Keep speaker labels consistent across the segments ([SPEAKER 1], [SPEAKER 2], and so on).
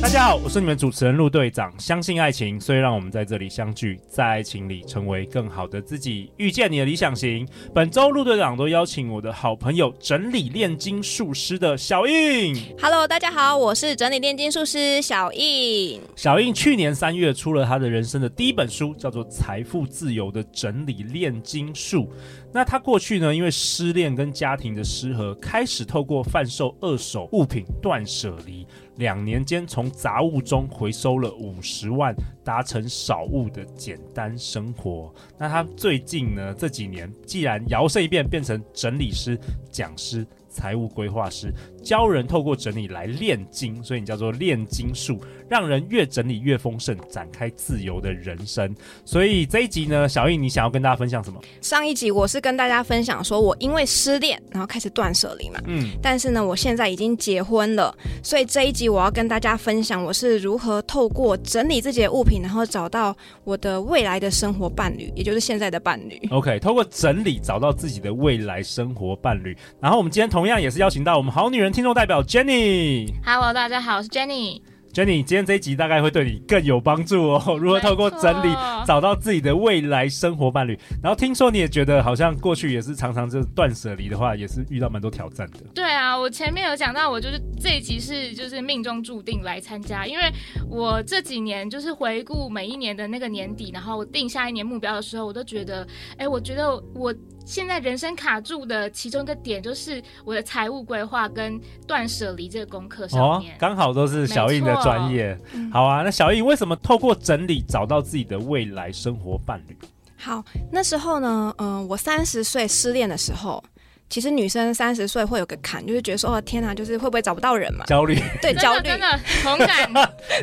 [SPEAKER 1] 大家好，我是你们主持人陆队长。相信爱情，所以让我们在这里相聚，在爱情里成为更好的自己，遇见你的理想型。本周陆队长都邀请我的好朋友整理炼金术师的小印。
[SPEAKER 2] Hello，大家好，我是整理炼金术师小易。
[SPEAKER 1] 小印去年三月出了他的人生的第一本书，叫做《财富自由的整理炼金术》。那他过去呢，因为失恋跟家庭的失和，开始透过贩售二手物品断舍离，两年间从杂物中回收了五十万，达成少物的简单生活。那他最近呢，这几年既然摇身一变变成整理师、讲师、财务规划师，教人透过整理来炼金，所以你叫做炼金术，让人越整理越丰盛，展开自由的人生。所以这一集呢，小易，你想要跟大家分享什么？
[SPEAKER 2] 上一集我是跟大家分享说，我因为失恋，然后开始断舍离嘛。
[SPEAKER 1] 嗯，
[SPEAKER 2] 但是呢，我现在已经结婚了，所以这一集我要跟大家分享我是如何透过整理自己的物品，然后找到我的未来的生活伴侣，也就是现在的伴侣。
[SPEAKER 1] OK，透过整理找到自己的未来生活伴侣。然后我们今天同样也是邀请到我们好女人听众代表 Jenny。
[SPEAKER 3] Hello，大家好，我是 Jenny。
[SPEAKER 1] Jenny，今天这一集大概会对你更有帮助哦。如何透过整理
[SPEAKER 3] 没错
[SPEAKER 1] 找到自己的未来生活伴侣？然后听说你也觉得好像过去也是常常就是断舍离的话，也是遇到蛮多挑战的。
[SPEAKER 3] 对啊，我前面有讲到，我就是这一集是就是命中注定来参加，因为我这几年就是回顾每一年的那个年底，然后我定下一年目标的时候，我都觉得，哎，我觉得我现在人生卡住的其中一个点就是我的财务规划跟断舍离这个功课上面。
[SPEAKER 1] 哦
[SPEAKER 2] 哦
[SPEAKER 1] 刚好都是小印的专业。
[SPEAKER 2] 嗯
[SPEAKER 1] 好啊，那小印为什么透过整理找到自己的未来生活伴侣？
[SPEAKER 2] 好，那时候呢，嗯、我三十岁失恋的时候。其实女生三十岁会有个坎，就是觉得说，哦天哪，就是会不会找不到人嘛？
[SPEAKER 1] 焦 虑，
[SPEAKER 2] 对，
[SPEAKER 3] 真
[SPEAKER 2] 焦
[SPEAKER 3] 的
[SPEAKER 2] 虑。
[SPEAKER 3] 真的同感，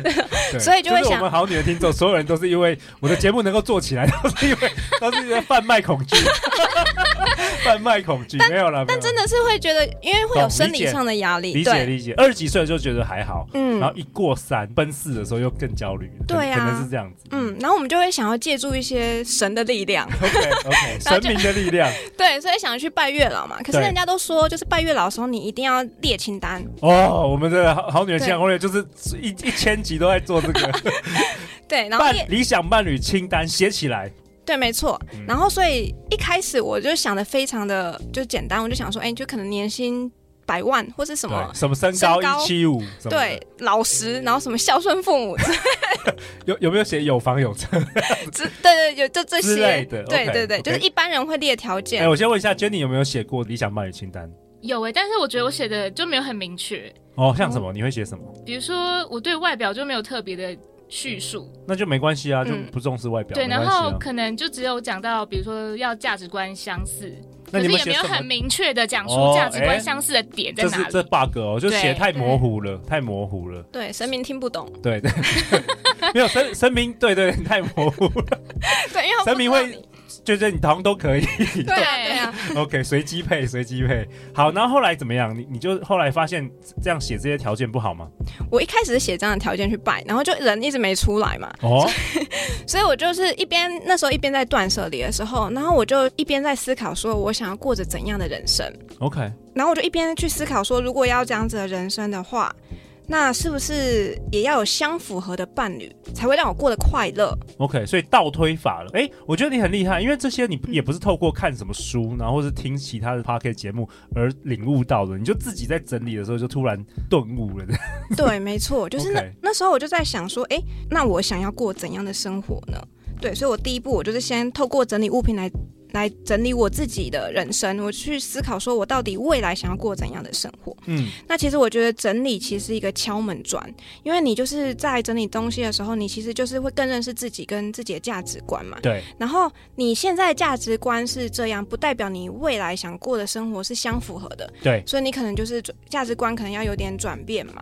[SPEAKER 1] 对
[SPEAKER 2] 所以就会
[SPEAKER 1] 是
[SPEAKER 2] 想
[SPEAKER 1] 我们好女人听众，所有人都是因为我的节目能够做起来，都是因为都是因为贩卖 恐惧，贩卖恐惧没有了。
[SPEAKER 2] 但真
[SPEAKER 1] 的
[SPEAKER 2] 的是会觉得，因为会有
[SPEAKER 1] 懂
[SPEAKER 2] 生
[SPEAKER 1] 理
[SPEAKER 2] 理
[SPEAKER 1] 解
[SPEAKER 2] 上的压力，
[SPEAKER 1] 哦理解
[SPEAKER 2] 对，
[SPEAKER 1] 理解，二十几岁就觉得还好，
[SPEAKER 2] 嗯
[SPEAKER 1] 然后一过三奔四的时候又更焦虑，可
[SPEAKER 2] 对啊
[SPEAKER 1] 可能是这样子。
[SPEAKER 2] 嗯，然后我们就会想要借助一些神的力 量，
[SPEAKER 1] ，OK OK，
[SPEAKER 2] 然后
[SPEAKER 1] 神
[SPEAKER 2] 就
[SPEAKER 1] 明的力量
[SPEAKER 2] 对，所以想要去拜月老嘛。可是
[SPEAKER 1] 对
[SPEAKER 2] 人家都说，就是拜月老的时候，你一定要列清单，
[SPEAKER 1] 哦，我们的好好女人
[SPEAKER 2] 对
[SPEAKER 1] 情感攻略就是一一千集都在做这个。
[SPEAKER 2] 对，然后
[SPEAKER 1] 伴
[SPEAKER 2] 列，
[SPEAKER 1] 理想伴侣清单写起来，
[SPEAKER 2] 对，没错。
[SPEAKER 1] 嗯
[SPEAKER 2] 然后所以一开始我就想的非常的就简单，我就想说，哎，就可能年薪百万或是什么
[SPEAKER 1] 对，。什么身高
[SPEAKER 2] 身高
[SPEAKER 1] 一七五，什么的嗯
[SPEAKER 2] 对，，老实，然后什么孝顺父母
[SPEAKER 1] 有有没有写有房有车？
[SPEAKER 2] 之，对对，有就这
[SPEAKER 1] 之类
[SPEAKER 2] 些，
[SPEAKER 1] 的
[SPEAKER 2] 对
[SPEAKER 1] OK，
[SPEAKER 2] 对对，
[SPEAKER 1] OK
[SPEAKER 2] 就是一般人会列条
[SPEAKER 1] 哎、
[SPEAKER 2] 件。
[SPEAKER 1] 我先问一下 Jenny 有没有写过理想伴侣清单？
[SPEAKER 3] 有哎、但是我觉得我写的就没有很明确，
[SPEAKER 1] 哦，
[SPEAKER 3] 嗯
[SPEAKER 1] 像什么？你会写什么？
[SPEAKER 3] 比如说我对外表就没有特别的叙述，
[SPEAKER 1] 那就没关系啊，就
[SPEAKER 2] 嗯
[SPEAKER 1] 不重视外表，
[SPEAKER 3] 对，
[SPEAKER 1] 没
[SPEAKER 3] 然
[SPEAKER 1] 关系
[SPEAKER 3] 后
[SPEAKER 1] 啊。
[SPEAKER 3] 可能就只有讲到，比如说要价值观相似，
[SPEAKER 1] 那
[SPEAKER 3] 可
[SPEAKER 1] 你
[SPEAKER 3] 是
[SPEAKER 1] 们
[SPEAKER 3] 也
[SPEAKER 1] 写
[SPEAKER 3] 没有
[SPEAKER 1] 什么
[SPEAKER 3] 很明确的讲
[SPEAKER 1] 哦
[SPEAKER 3] 出价值
[SPEAKER 1] 哎
[SPEAKER 3] 观相似的点在
[SPEAKER 1] 这
[SPEAKER 3] 哪
[SPEAKER 1] 是
[SPEAKER 3] 里。
[SPEAKER 1] 这 bug 哦，就
[SPEAKER 3] 对
[SPEAKER 1] 写太模糊了，太模糊了。
[SPEAKER 2] 对，神明听不懂，
[SPEAKER 1] 对， 对没有声声明，对对，对太模糊 了，
[SPEAKER 2] 对，因为他
[SPEAKER 1] 神
[SPEAKER 2] 不
[SPEAKER 1] 明
[SPEAKER 2] 知道
[SPEAKER 1] 会
[SPEAKER 2] 你
[SPEAKER 1] 就是你好像都可 以。
[SPEAKER 2] 对啊对啊，
[SPEAKER 1] OK，随机配，随机配。好，然后后来怎么样？你你就后来发现这样写这些条件不好吗？
[SPEAKER 2] 我一开始是写这样的条件去拜，然后就人一直没出来嘛，
[SPEAKER 1] 哦，
[SPEAKER 2] 所以我就是一边那时候一边在断舍离的时候，然后我就一边在思考说我想要过着怎样的人生，
[SPEAKER 1] OK，
[SPEAKER 2] 然后我就一边去思考说，如果要这样子的人生的话，那是不是也要有相符合的伴侣，才会让我过得快乐？
[SPEAKER 1] OK，所以倒推法了。诶，我觉得你很厉害，因为这些你
[SPEAKER 2] 嗯
[SPEAKER 1] 也不是透过看什么书，然后或是听其他的 p o c k e t 节目而领悟到的，你就自己在整理的时候就突然顿悟了。
[SPEAKER 2] 对，没错，就是那
[SPEAKER 1] OK
[SPEAKER 2] 那时候我就在想说，诶，那我想要过怎样的生活呢？对，所以我第一步我就是先透过整理物品来来整理我自己的人生，我去思考说我到底未来想要过怎样的生活。
[SPEAKER 1] 嗯，
[SPEAKER 2] 那其实我觉得整理其实是一个敲门砖，因为你就是在整理东西的时候，你其实就是会更认识自己跟自己的价值观嘛。
[SPEAKER 1] 对，
[SPEAKER 2] 然后你现在的价值观是这样，不代表你未来想过的生活是相符合的。
[SPEAKER 1] 对
[SPEAKER 2] 所以你可能就是转价值观可能要有点转变嘛。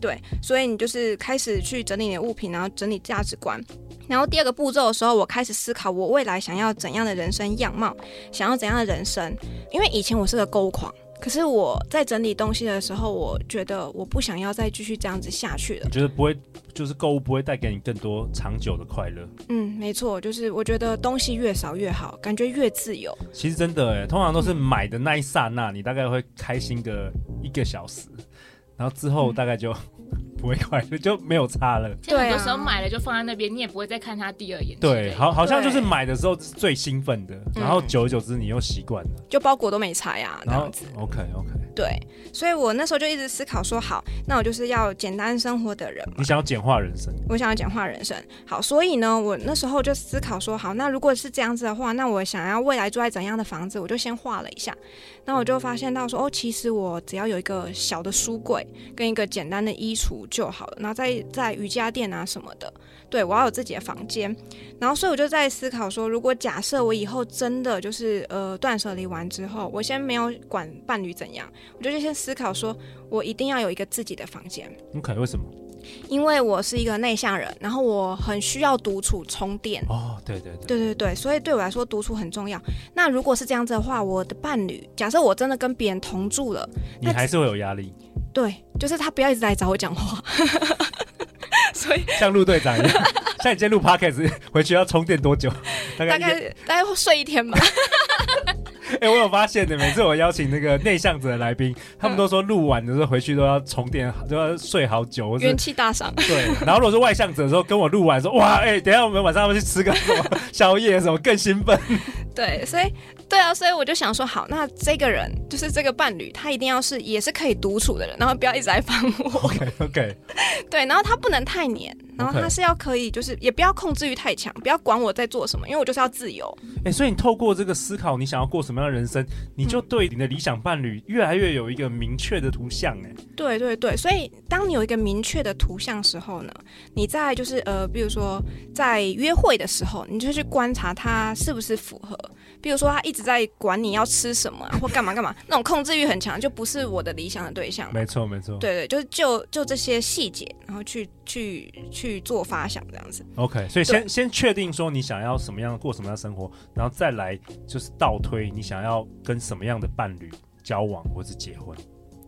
[SPEAKER 2] 对，所以你就是开始去整理你的物品，然后整理价值观。然后第二个步骤的时候，我开始思考我未来想要怎样的人生样貌，想要怎样的人生。因为以前我是个购物狂，可是我在整理东西的时候，我觉得我不想要再继续这样子下去了
[SPEAKER 1] 我。觉得不会，就是购物不会带给你更多长久的快乐。
[SPEAKER 2] 嗯，没错，就是我觉得东西越少越好，感觉越自由。
[SPEAKER 1] 其实真的哎，通常都是买的那一刹那，你大概会开心个一个小时，然后之
[SPEAKER 2] 嗯
[SPEAKER 1] 后大概就 不会快乐，就没有差了。
[SPEAKER 3] 像很
[SPEAKER 2] 对
[SPEAKER 3] 多
[SPEAKER 2] 啊
[SPEAKER 3] 时候买了就放在那边，你也不会再看它第二眼之类的。
[SPEAKER 1] 对，好，好像就是
[SPEAKER 2] 对嗯
[SPEAKER 1] 买的时候是最兴奋的，然后久而久之你又习惯了，
[SPEAKER 2] 就包裹都没拆啊，这
[SPEAKER 1] 然后
[SPEAKER 2] 样子。
[SPEAKER 1] OK OK，
[SPEAKER 2] 对，所以我那时候就一直思考说，好，那我就是要简单生活的人嘛
[SPEAKER 1] 你，想要简化人生，
[SPEAKER 2] 我想要简化人生。好，所以呢，我那时候就思考说，好，那如果是这样子的话，那我想要未来住在怎样的房子，我就先画了一下。那我就发现到说，哦，其实我只要有一个小的书柜跟一个简单的衣橱就好了，然后再在瑜伽垫啊什么的，对我要有自己的房间。然后，所以我就在思考说，如果假设我以后真的就是呃断舍离完之后，我先没有管伴侣怎样，我就先思考说，我一定要有一个自己的房间。
[SPEAKER 1] OK，为什么？
[SPEAKER 2] 因为我是一个内向人，然后我很需要独处充电。
[SPEAKER 1] 哦，对对对，
[SPEAKER 2] 对对对，所以对我来说独处很重要。那如果是这样子的话，我的伴侣，假设我真的跟别人同住了，
[SPEAKER 1] 你还是会有压力，
[SPEAKER 2] 对，就是他不要一直来找我讲话。所以
[SPEAKER 1] 像陆队长一样， 像你今天录 Podcast 回去要充电多久？ 大概
[SPEAKER 2] 大
[SPEAKER 1] 一个
[SPEAKER 2] 概大概会睡一天吧。
[SPEAKER 1] 哎、我有发现的，每次我邀请那个内向者的来宾，他
[SPEAKER 2] 嗯
[SPEAKER 1] 们都说录完的时候回去都要充电，都要睡好久，或是
[SPEAKER 2] 元气大 伤。
[SPEAKER 1] 对。然后如果是外向者的时候，跟我录完说，哇，哎、等一下我们晚上要不要去吃个什么宵夜什么，更兴奋。
[SPEAKER 2] 对，所以对啊，所以我就想说，好，那这个人就是这个伴侣，他一定要是也是可以独处的人，然后不要一直来烦我。
[SPEAKER 1] OK OK，
[SPEAKER 2] 对，然后他不能太黏，然后
[SPEAKER 1] OK
[SPEAKER 2] 他是要可以，就是也不要控制欲太强，不要管我在做什么，因为我就是要自由。
[SPEAKER 1] 哎、所以你透过这个思考，你想要过什么样的人生，你
[SPEAKER 2] 嗯
[SPEAKER 1] 就对你的理想伴侣越来越有一个明确的图像、哎，
[SPEAKER 2] 对对对，所以当你有一个明确的图像时候呢，你在就是呃，比如说在约会的时候，你就去观察他是不是符合。比如说他一直在管你要吃什么啊，或干嘛干嘛，那种控制欲很强，就不是我的理想的对象。
[SPEAKER 1] 没错没错。
[SPEAKER 2] 对对，就是就就这些细节，然后去去去做发想这样子。
[SPEAKER 1] OK，所以先先确定说你想要什么样过什么样的生活，然后再来就是倒推你想要跟什么样的伴侣交往或是结婚。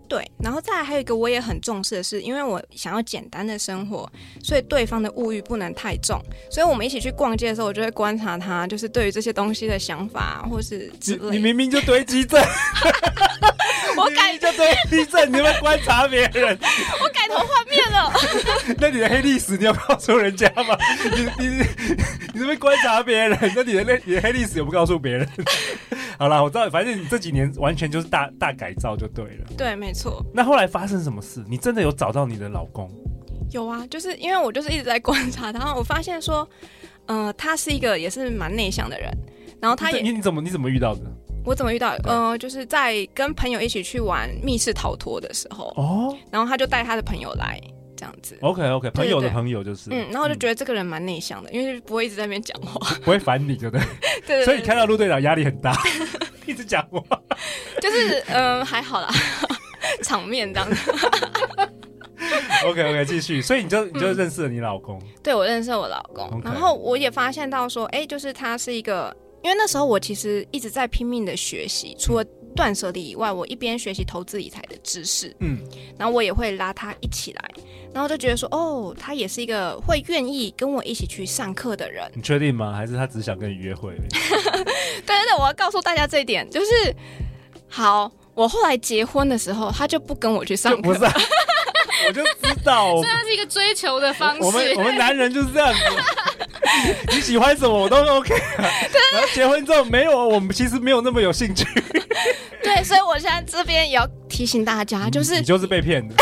[SPEAKER 2] 对，然后再来还有一个我也很重视的是，因为我想要简单的生活，所以对方的物欲不能太重。所以我们一起去逛街的时候，我就会观察他，就是对于这些东西的想法，啊或是之
[SPEAKER 1] 你
[SPEAKER 2] 类的。
[SPEAKER 1] 明明就堆积症，
[SPEAKER 2] 我
[SPEAKER 1] 你明
[SPEAKER 2] 改
[SPEAKER 1] 明就堆积症，你会观察别人，
[SPEAKER 2] 我改头换面了，
[SPEAKER 1] 那你的黑历史你要告诉人家吗？你你你是不是观察别人？那你的那你的黑历史有没有告诉别人？ 好啦，我知道，反正你这几年完全就是大大改造就对了。
[SPEAKER 2] 对，没错，
[SPEAKER 1] 那后来发生什么事？你真的有找到你的老公？
[SPEAKER 2] 有啊，就是因为我就是一直在观察他，然后我发现说，呃，他是一个也是蛮内向的人，然后他也
[SPEAKER 1] 你你怎么你怎么遇到的？
[SPEAKER 2] 我怎么遇到？呃，就是在跟朋友一起去玩密室逃脱的时候，
[SPEAKER 1] 哦
[SPEAKER 2] 然后他就带他的朋友来，这样子。
[SPEAKER 1] ，OK OK，朋
[SPEAKER 2] 对
[SPEAKER 1] 友的
[SPEAKER 2] 对
[SPEAKER 1] 朋友就是，
[SPEAKER 2] 嗯，然后我就觉得这个人蛮内向的，因为就不会一直在那边讲话。
[SPEAKER 1] 嗯不会烦你，对不对？
[SPEAKER 2] 对对对，
[SPEAKER 1] 所以你看到陆队长压力很 大，一直讲我。
[SPEAKER 2] 就是嗯、呃还好啦， 场面这样子。
[SPEAKER 1] OK OK，继续。所以你就你就
[SPEAKER 2] 嗯
[SPEAKER 1] 认识了你老公，
[SPEAKER 2] 对我认识我老公
[SPEAKER 1] OK
[SPEAKER 2] 然后我也发现到说，哎，就是他是一个，因为那时候我其实一直在拼命的学习，除了断舍离以外，我一边学习投资理财的知识，
[SPEAKER 1] 嗯，
[SPEAKER 2] 然后我也会拉他一起来，然后就觉得说，哦，他也是一个会愿意跟我一起去上课的人。
[SPEAKER 1] 你确定吗？还是他只想跟你约会而已？
[SPEAKER 2] 对对对，我要告诉大家这一点，就是好，我后来结婚的时候，他就不跟我去上
[SPEAKER 1] 就
[SPEAKER 2] 课，
[SPEAKER 1] 不是啊、 我就知道，我
[SPEAKER 3] 所以
[SPEAKER 2] 啊
[SPEAKER 3] 它是一个追求的方
[SPEAKER 1] 我们
[SPEAKER 3] 式
[SPEAKER 1] 我。们男人就是这 样子，你喜欢什么我都 OK 啊。然后结婚之后没有，我们其实没有那么有兴趣，
[SPEAKER 2] 对，所以我现在这边也要提醒大
[SPEAKER 1] 嗯
[SPEAKER 2] 家，啊就是
[SPEAKER 1] 你就是被骗的。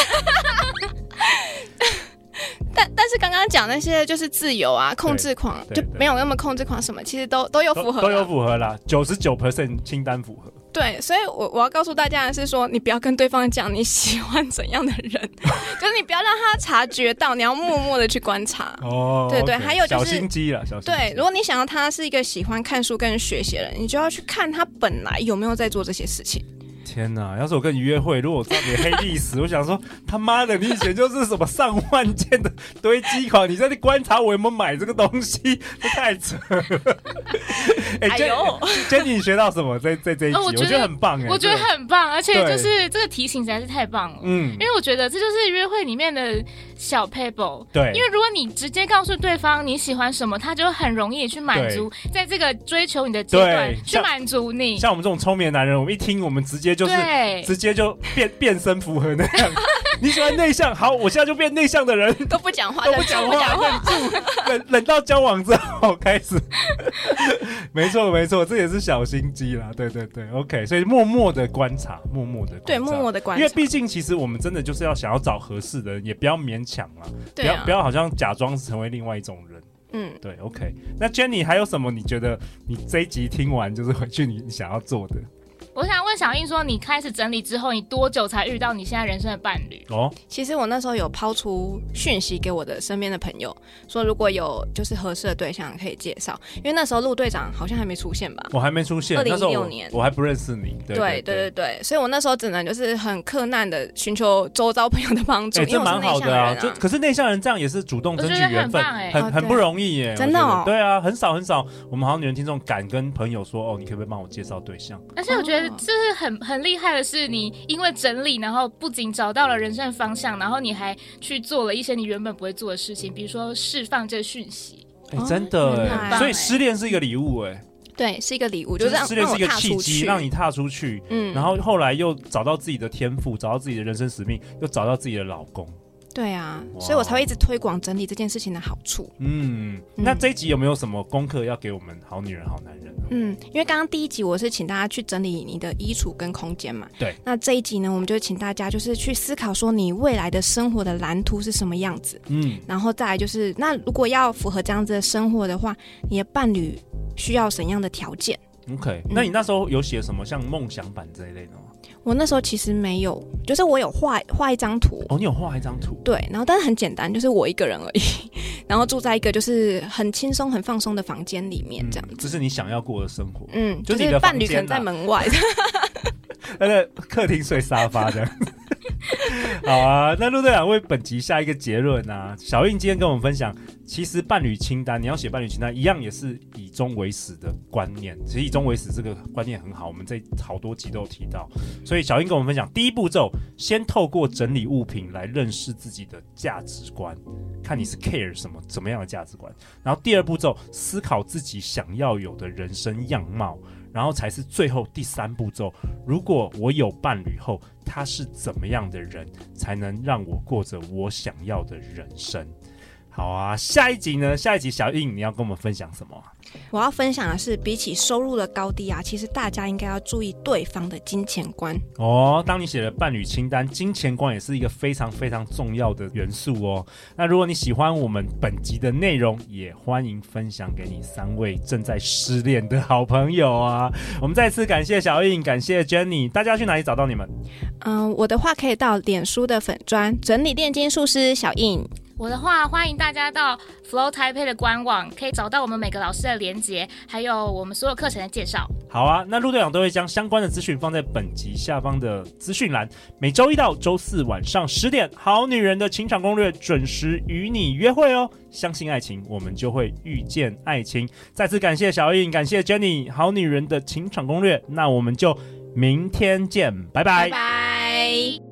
[SPEAKER 2] 但但是刚刚讲那些就是自由啊、控制狂，
[SPEAKER 1] 对
[SPEAKER 2] 就
[SPEAKER 1] 对
[SPEAKER 2] 没有那么控制狂什么，其实都都有
[SPEAKER 1] 都
[SPEAKER 2] 符合啦，
[SPEAKER 1] 都有符合啦，九十九 percent 清单符合。
[SPEAKER 2] 对，所以我我要告诉大家的是说，你不要跟对方讲你喜欢怎样的人， 就是你不要让他察觉到，你要默默的去观 察。
[SPEAKER 1] 哦
[SPEAKER 2] 对对
[SPEAKER 1] OK，
[SPEAKER 2] 还有就
[SPEAKER 1] 小
[SPEAKER 2] 是
[SPEAKER 1] 心机了，小心机
[SPEAKER 2] 对，如果你想要他是一个喜欢看书跟学习的人，你就要去看他本来有没有在做这些事情。
[SPEAKER 1] 天哪！要是我跟你约会，如果我知道你的黑历 史，我想说他妈的，你以前就是什么上万件的堆积狂，你在那观察我有没有买这个东西，这太 扯了。哎
[SPEAKER 2] 哎呦，
[SPEAKER 1] ，Jenny，你学到什么？在在这一集，
[SPEAKER 3] 哦 我
[SPEAKER 1] 我
[SPEAKER 3] 觉得
[SPEAKER 1] 觉得很棒哎，
[SPEAKER 3] 我觉得
[SPEAKER 1] 对
[SPEAKER 3] 很棒，而且
[SPEAKER 1] 对
[SPEAKER 3] 就是这个提醒实在是太棒了。
[SPEAKER 1] 嗯
[SPEAKER 3] 因，为我觉得这就是约会里面的小 pebble。
[SPEAKER 1] 对，
[SPEAKER 3] 因为如果你直接告诉对方你喜欢什么，他就很容易去满足，在这个追求你的阶段
[SPEAKER 1] 对
[SPEAKER 3] 去
[SPEAKER 1] 像
[SPEAKER 3] 满足你。
[SPEAKER 1] 像我们这种聪明的男人，我们一听，我们直接就是
[SPEAKER 3] 对，
[SPEAKER 1] 直接就变 变身符合那样。你喜欢内向，好，我现在就变内向的人。
[SPEAKER 2] 都不讲话，
[SPEAKER 1] 都不
[SPEAKER 2] 忍住
[SPEAKER 1] 讲
[SPEAKER 2] 不讲
[SPEAKER 1] 话，
[SPEAKER 2] 话。
[SPEAKER 1] 忍住，忍忍到交往之后开始。 没错，没错，这也是小心机啦。对对对，OK，所以默默的观察，默默的
[SPEAKER 2] 对，默默
[SPEAKER 1] 的
[SPEAKER 2] 的观
[SPEAKER 1] 因为
[SPEAKER 2] 察。
[SPEAKER 1] 毕竟其实我们真的就是要想要找合适的人，也不要勉强啦，不
[SPEAKER 2] 对
[SPEAKER 1] 要
[SPEAKER 2] 啊
[SPEAKER 1] 不，要好像假装成为另外一种人。
[SPEAKER 2] 嗯，
[SPEAKER 1] 对，OK。那 Jenny 还有什么？你觉得你这一集听完就是回去你你想要做的
[SPEAKER 3] 我想问小英说，你开始整理之后，你多久才遇到你现在人生的伴侣？
[SPEAKER 1] 哦？
[SPEAKER 2] 其实我那时候有抛出讯息给我的身边的朋友，说如果有就是合适的对象可以介绍，因为那时候陆队长好像还没出现吧。
[SPEAKER 1] 我还没出现，那时候我
[SPEAKER 2] 2016年
[SPEAKER 1] 我还不认识你。对
[SPEAKER 2] 对
[SPEAKER 1] 对
[SPEAKER 2] 对对对，所以我那时候只能就是很克难的寻求周遭朋友的帮助，
[SPEAKER 1] 哎、
[SPEAKER 2] 因为
[SPEAKER 1] 这
[SPEAKER 2] 我是
[SPEAKER 1] 蛮
[SPEAKER 2] 内
[SPEAKER 1] 好
[SPEAKER 2] 向
[SPEAKER 1] 的
[SPEAKER 2] 人啊
[SPEAKER 1] 就可是内向人这样也是主动争取
[SPEAKER 3] 我觉得很
[SPEAKER 1] 缘分，
[SPEAKER 3] 棒哎
[SPEAKER 1] 很
[SPEAKER 2] 哦
[SPEAKER 1] 很
[SPEAKER 2] 对
[SPEAKER 1] 不容易耶，
[SPEAKER 2] 真的
[SPEAKER 1] 我觉得
[SPEAKER 2] 哦
[SPEAKER 1] 对啊，很少很少，我们好像女人听众敢跟朋友说，哦，你可不可以帮我介绍对象？
[SPEAKER 3] 而且我觉得
[SPEAKER 1] 哦
[SPEAKER 3] 这是很很厉害的是，你因为整理，然后不仅找到了人生的方向，然后你还去做了一些你原本不会做的事情，比如说释放这个讯息。
[SPEAKER 1] 哎、
[SPEAKER 2] 哦
[SPEAKER 1] 真的
[SPEAKER 2] 原
[SPEAKER 1] 哎，
[SPEAKER 2] 来
[SPEAKER 1] 所以失恋是一个礼物哎，
[SPEAKER 2] 对，是一个礼物，就是让
[SPEAKER 1] 失恋是一个
[SPEAKER 2] 让我踏
[SPEAKER 1] 契
[SPEAKER 2] 出
[SPEAKER 1] 机，
[SPEAKER 2] 去，
[SPEAKER 1] 让你踏出去。
[SPEAKER 2] 嗯，
[SPEAKER 1] 然后后来又找到自己的天赋，找到自己的人生使命，又找到自己的老公。
[SPEAKER 2] 对啊，
[SPEAKER 1] 哇
[SPEAKER 2] 所以我才会一直推广整理这件事情的好处。
[SPEAKER 1] 嗯，
[SPEAKER 2] 嗯
[SPEAKER 1] 那这一集有没有什么功课要给我们好女人、好男人？
[SPEAKER 2] 嗯，因为刚刚第一集我是请大家去整理你的衣橱跟空间嘛，
[SPEAKER 1] 对。
[SPEAKER 2] 那这一集呢，我们就请大家就是去思考说你未来的生活的蓝图是什么样子，
[SPEAKER 1] 嗯，
[SPEAKER 2] 然后再来就是，那如果要符合这样子的生活的话，你的伴侣需要什么样的条件？
[SPEAKER 1] OK，那你那时候有写什么像梦想版这一类的吗？
[SPEAKER 2] 我那时候其实没有，就是我有画画一张图，
[SPEAKER 1] 哦，你有画一张图，
[SPEAKER 2] 对，然后但是很简单，就是我一个人而已， 然后住在一个就是很轻松、很放松的房间里面这样
[SPEAKER 1] 嗯
[SPEAKER 2] 子。
[SPEAKER 1] 这是你想要过的生活。
[SPEAKER 2] 嗯，
[SPEAKER 1] 就
[SPEAKER 2] 就是
[SPEAKER 1] 你的
[SPEAKER 2] 是伴侣
[SPEAKER 1] 房
[SPEAKER 2] 可
[SPEAKER 1] 间
[SPEAKER 2] 能在
[SPEAKER 1] 啦
[SPEAKER 2] 门外，
[SPEAKER 1] 他在客厅睡沙发这样。 好啊，那陆队长为本集下一个结论啊。小印今天跟我们分享，其实伴侣清单，你要写伴侣清单，一样也是以终为始的观念。其实以终为始这个观念很好，我们这好多集都有提到。所以小印跟我们分享，第一步骤先透过整理物品来认识自己的价值观，看你是 care 什么怎么样的价值观。然后第二步骤思考自己想要有的人生样貌，然后才是最后第三步骤如果我有伴侣后，他是怎么样的人，才能让我过着我想要的人生？好啊，下一集呢？下一集小印你要跟我们分享什么啊？
[SPEAKER 2] 我要分享的是，比起收入的高低啊，其实大家应该要注意对方的金钱观。
[SPEAKER 1] 哦，当你写了伴侣清单，金钱观也是一个非常非常重要的元素哦。那如果你喜欢我们本集的内容，也欢迎分享给你三位正在失恋的好朋友啊。我们再次感谢小印，感谢 Jenny，大家去哪里找到你们？
[SPEAKER 2] 嗯，我的话可以到脸书的粉砖整理炼金术师小印。
[SPEAKER 3] 我的话，欢迎大家到 Flow Taipei 的官网，可以找到我们每个老师的连结，还有我们所有课程的介绍。
[SPEAKER 1] 好啊，那陆队长都会将相关的资讯放在本集下方的资讯栏。每周一到周四晚上十点，《好女人的情场攻略》准时与你约会哦。相信爱情，我们就会遇见爱情。再次感谢小印，感谢 Jenny，《好女人的情场攻略》。那我们就明天见，拜拜
[SPEAKER 2] 拜。